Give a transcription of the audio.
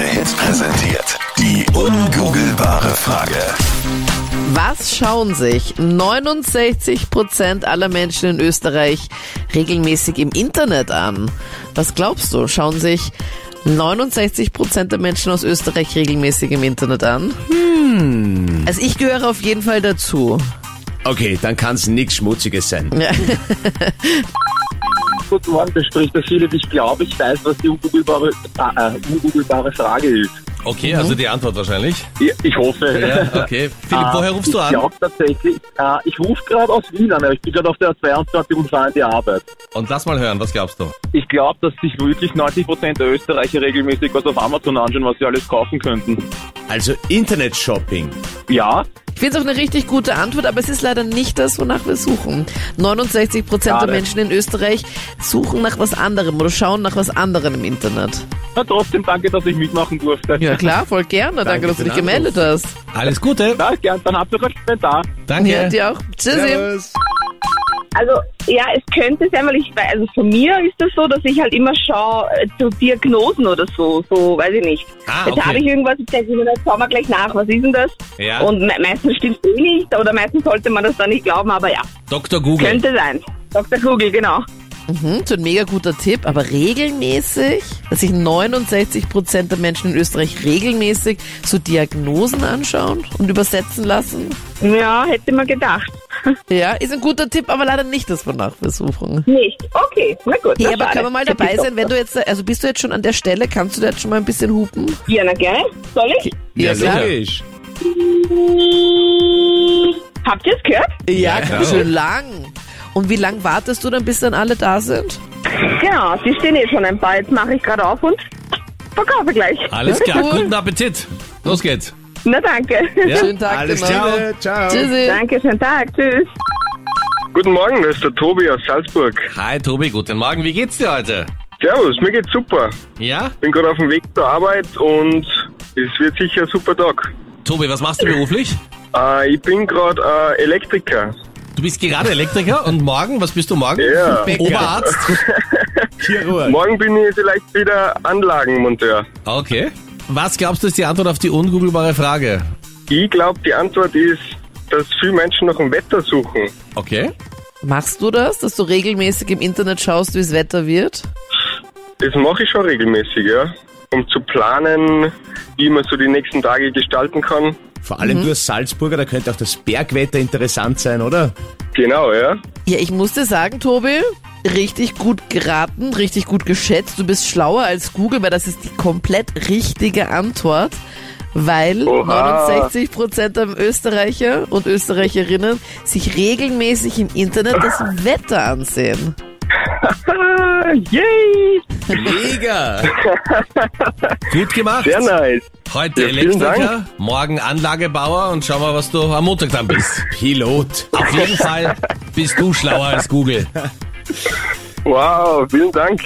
Hits präsentiert die ungoogelbare Frage. Was schauen sich 69% aller Menschen in Österreich regelmäßig im Internet an? Was glaubst du? Schauen sich 69% der Menschen aus Österreich regelmäßig im Internet an? Hm. Also ich gehöre auf jeden Fall dazu. Okay, dann kann es nichts Schmutziges sein. Guten Morgen, das spricht der Philipp. Ich glaube, ich weiß, was die ungoogelbare, äh, ungoogelbare Frage ist. Okay, also die Antwort wahrscheinlich. Ich, ich hoffe. Ja, okay. Philipp, Ah, woher rufst du ich an? glaube tatsächlich, äh, ich rufe gerade aus Wien an, aber ich bin gerade auf der 22 und fahre in die Arbeit. Und lass mal hören, was glaubst du? Ich glaube, dass sich wirklich 90% der Österreicher regelmäßig was auf Amazon anschauen, was sie alles kaufen könnten. Also Internet-Shopping. Ja, Ich finde es auch eine richtig gute Antwort, aber es ist leider nicht das, wonach wir suchen. 69 Prozent der Schade. Menschen in Österreich suchen nach was anderem oder schauen nach was anderem im Internet. na trotzdem danke, dass ich mitmachen durfte. Ja klar, voll gerne. Danke Danke, dass du für dich den gemeldet hast. Alles Gute. Na, gern, dann habt ihr einen schönen Tag. Danke. Ja, dir auch. Tschüssi. Also ja, es könnte sein, weil ich, also von mir ist das so, dass ich halt immer schaue äh, zu Diagnosen oder so, so weiß ich nicht. Ah, Jetzt okay. habe ich irgendwas, ich denke mir, jetzt schauen wir gleich nach, was ist denn das? Ja. Und me meistens stimmt es eh nicht oder meistens sollte man das dann nicht glauben, aber ja, Dr. Google. könnte sein. Dr. Google, genau. Mhm, so ein mega guter Tipp, aber regelmäßig, dass sich 69 Prozent der Menschen in Österreich regelmäßig so Diagnosen anschauen und übersetzen lassen. Ja, hätte man gedacht. Ja, ist ein guter Tipp, aber leider nicht das, wonach wir suchen. Nicht. Okay, na gut. Hey, na aber schade. kann man mal Das dabei ist sein, wenn du jetzt, also bist du jetzt schon an der Stelle, kannst du da jetzt schon mal ein bisschen hupen? doch- Ja, na gerne. Soll ich? Ja, klar. logisch. Habt ihr es gehört? Ja, Ja, ganz klar. schön lang. Und wie lang wartest du dann, bis dann alle da sind? Genau, die stehen eh schon ein paar. Jetzt mache ich gerade auf und verkaufe gleich. Alles klar. Cool. Guten Appetit. Los geht's. Na danke. Ja. Schönen Tag, Alles genau. Liebe, ciao. Tschüssi. Danke, schönen Tag. Tschüss. Guten Morgen, das ist der Tobi aus Salzburg. Hi, Tobi. Guten Morgen. Wie geht's dir heute? Servus, mir geht's super. Ja? Bin gerade auf dem Weg zur Arbeit und es wird sicher ein super Tag. Tobi, was machst du beruflich? Äh, ich bin gerade äh, Elektriker. Du bist gerade Elektriker und morgen, was bist du morgen? Ja. Bäcker. Oberarzt. Chirurg. Morgen bin ich vielleicht wieder Anlagenmonteur. Okay. Was glaubst du ist die Antwort auf die ungoogelbare Frage? Ich glaube, die Antwort ist, dass viele Menschen nach dem Wetter suchen. Okay. Machst du das, dass du regelmäßig im Internet schaust, wie es Wetter wird? Das mache ich schon regelmäßig, ja. Um zu planen, wie man so die nächsten Tage gestalten kann. Vor Mhm. allem du als Salzburger, da könnte auch das Bergwetter interessant sein, oder? Genau, ja. Ja, ich muss dir sagen, Tobi, richtig gut geraten, richtig gut geschätzt. Du bist schlauer als Google, weil das ist die komplett richtige Antwort. Weil Oha. 69 Prozent der Österreicher und Österreicherinnen sich regelmäßig im Internet das Wetter ansehen. Ah, yay! Mega. Gut gemacht. Sehr nice. Heute Ja, vielen Elektriker, morgen Anlagebauer und schau mal, was du am Montag dann bist. Pilot. Auf jeden Fall bist du schlauer als Google. Wow, vielen Dank.